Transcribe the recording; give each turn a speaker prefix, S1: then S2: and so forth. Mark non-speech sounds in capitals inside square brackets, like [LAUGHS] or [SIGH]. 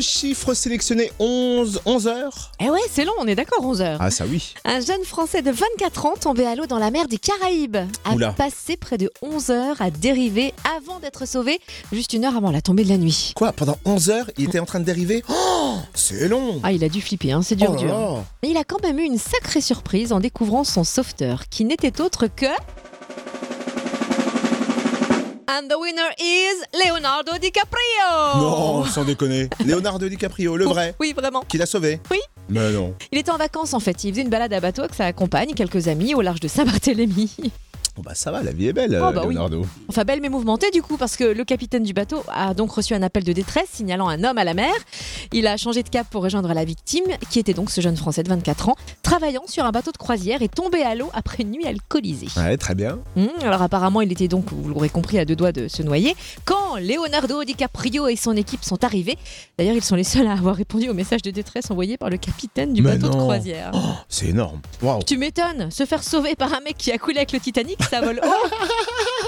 S1: chiffre sélectionné 11, 11 heures.
S2: Eh ouais, c'est long, on est d'accord, 11 heures.
S1: Ah, ça oui.
S2: Un jeune Français de 24 ans tombé à l'eau dans la mer des Caraïbes a
S1: Oula.
S2: passé près de 11 heures à dériver avant d'être sauvé, juste une heure avant la tombée de la nuit.
S1: Quoi Pendant 11 heures, il était en train de dériver Oh C'est long
S2: Ah, il a dû flipper, hein, c'est dur,
S1: Oh là
S2: dur.
S1: là.
S2: Mais il a quand même eu une sacrée surprise en découvrant son sauveteur, qui n'était autre que. And the winner is Leonardo DiCaprio
S1: Non, sans
S2: [LAUGHS]
S1: déconner. Leonardo DiCaprio, le vrai,
S2: Oui, vraiment.
S1: qui l'a sauvé
S2: Oui.
S1: Mais non.
S2: Il était en vacances en fait. Il faisait une balade à bateau avec sa compagne, quelques amis, au large de Saint-Barthélemy.
S1: Bon, bah ça va, la vie est belle,
S2: Oh,
S1: euh,
S2: bah oui.
S1: Leonardo.
S2: Enfin, belle mais mouvementée du coup, parce que le capitaine du bateau a donc reçu un appel de détresse signalant un homme à la mer. Il a changé de cap pour rejoindre la victime, qui était donc ce jeune Français de 24 ans, travaillant sur un bateau de croisière et tombé à l'eau après une nuit alcoolisée.
S1: Ouais, très bien.
S2: Hmm, alors apparemment, il était donc, vous l'aurez compris, à deux doigts de se noyer. Quand Leonardo DiCaprio et son équipe sont arrivés, d'ailleurs ils sont les seuls à avoir répondu au message de détresse envoyé par le capitaine du
S1: Mais
S2: bateau de
S1: non.
S2: croisière. Oh,
S1: C'est énorme. Waouh. [LAUGHS]
S2: Tu m'étonnes, se faire sauver par un mec qui a coulé avec le Titanic, ça vole haut.